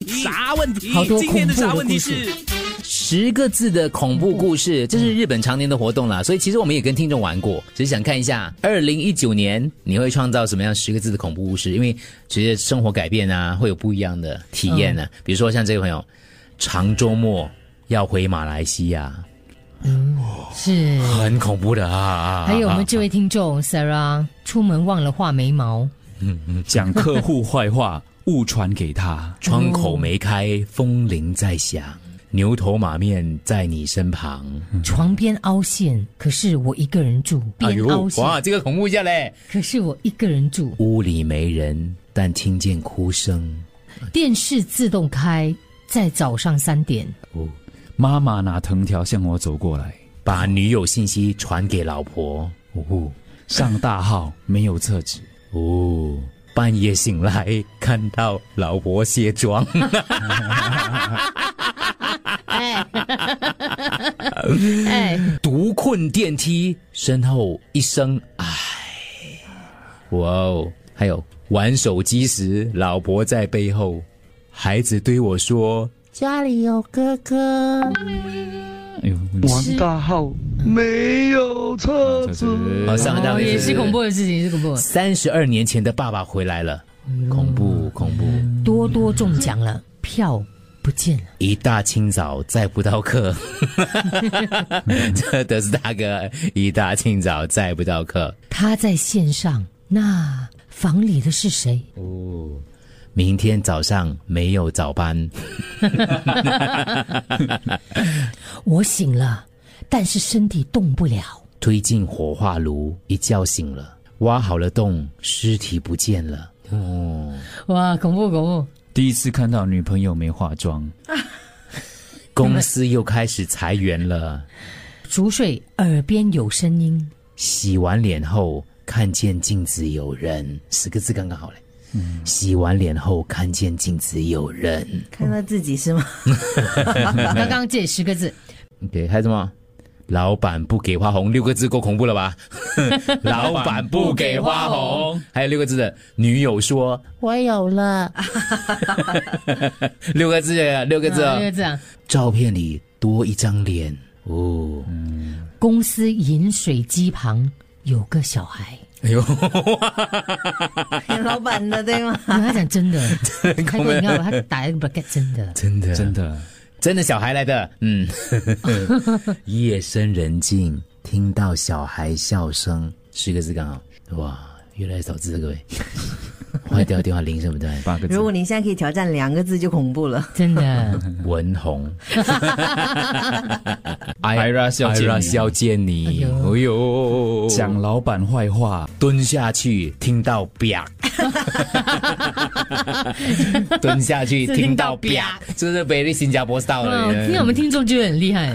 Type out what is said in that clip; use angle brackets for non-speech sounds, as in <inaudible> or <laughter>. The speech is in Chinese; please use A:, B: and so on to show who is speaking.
A: 题？
B: 啥问题？
A: 好多
B: 今天的
A: 恐怖
B: 啥
A: 的
B: 问题
A: 故
B: 是
A: 事？十个字的恐怖故事，这是日本常年的活动啦，所以其实我们也跟听众玩过，只是想看一下，二零一九年你会创造什么样十个字的恐怖故事？因为随着生活改变啊，会有不一样的体验
C: 嗯
A: 呢、啊。比如说像这位朋友，长周末要回马来西亚，
C: 嗯是。
A: 很恐怖的啊啊！
C: 还有我们这位听众 Sarah，出门忘了画眉毛，
B: 讲客户坏话，误传给他。
A: 窗口没开，风铃在响，牛头马面在你身旁。
C: 床边凹陷，可是我一个人住，边凹陷，
A: 哎哇，这个恐怖一下嘞！
C: 可是我一个人住，
A: 屋里没人，但听见哭声。
C: 电视自动开，在早上三点，
B: 妈妈拿藤条向我走过来，
A: 把女友信息传给老婆。哦
B: 上大号没有厕纸，
A: 哦，半夜醒来看到老婆卸
C: <laughs>
A: 妆，
C: 哎，哎，
A: 独困电梯，身后一声唉。哇哦，还有玩手机时，老婆在背后，孩子对我说
C: 家里有哥哥，
B: 哎呦，
D: 完大号没有厕
B: 厕
D: 纸。
B: 纸：“
A: 好上
C: 哦，
A: 当
C: 也是恐怖。的事情，也是恐怖的。
A: 三十二年前的爸爸回来了，恐怖恐怖。”
C: 多多中奖了，票不见了。
A: 一大清早载不到
C: <laughs>
A: 客， <laughs> 这德斯大哥一大清早载不到客。
C: 他在线上，那房里的是谁？
A: 哦明天早上没有早班，
C: 我醒了，但是身体动不了。
A: 推进火化炉，一觉醒了，挖好了洞，尸体不见了。哦，
C: 哇，恐怖恐怖！
B: 第一次看到女朋友没化妆，
A: 公司又开始裁员了。
C: 熟睡，耳边有声音，
A: 洗完脸后看见镜子有人，十个字刚刚好嘞。洗完脸后看见镜子有人。
E: 看到自
C: <laughs>
E: 己是吗？
C: 刚刚这十个字，
A: OK，还有什么？老板不给花红，六个字够恐怖了 <laughs> 吧？老板不给花红，还有六个字的女友说
C: 我
A: <laughs>
C: 有了，
A: 六个字的，六个字
C: 啊
A: 哦
C: 六个。字啊。
A: 照片里多一张脸哦，
C: 公司饮水机旁有个小孩，
A: 哎呦，
E: <laughs> 老板的对吗？
C: 他讲真的， <laughs> 开过饮料，他打一个 b r 真的。
A: 真的
B: 真的
A: 真的小孩来的， <laughs> 嗯。夜深人静，听到小孩笑声，十个字刚好。哇，越来越少字了，各 <laughs> 位，坏掉电话铃声不对。
B: 八个字
E: 如。果你现在可以挑战两个字，就恐怖了。
C: 真 <laughs> 的，
A: 文红
B: Ira 肖健尼
A: <laughs> Ira 肖健尼，哎呦，
B: 讲老板坏话，
A: 蹲下去听到 <laughs> 啪，蹲下去听到啪，这是被新加坡嗯 style
C: 哦
A: 了。
C: 听到我们听众就很厉害。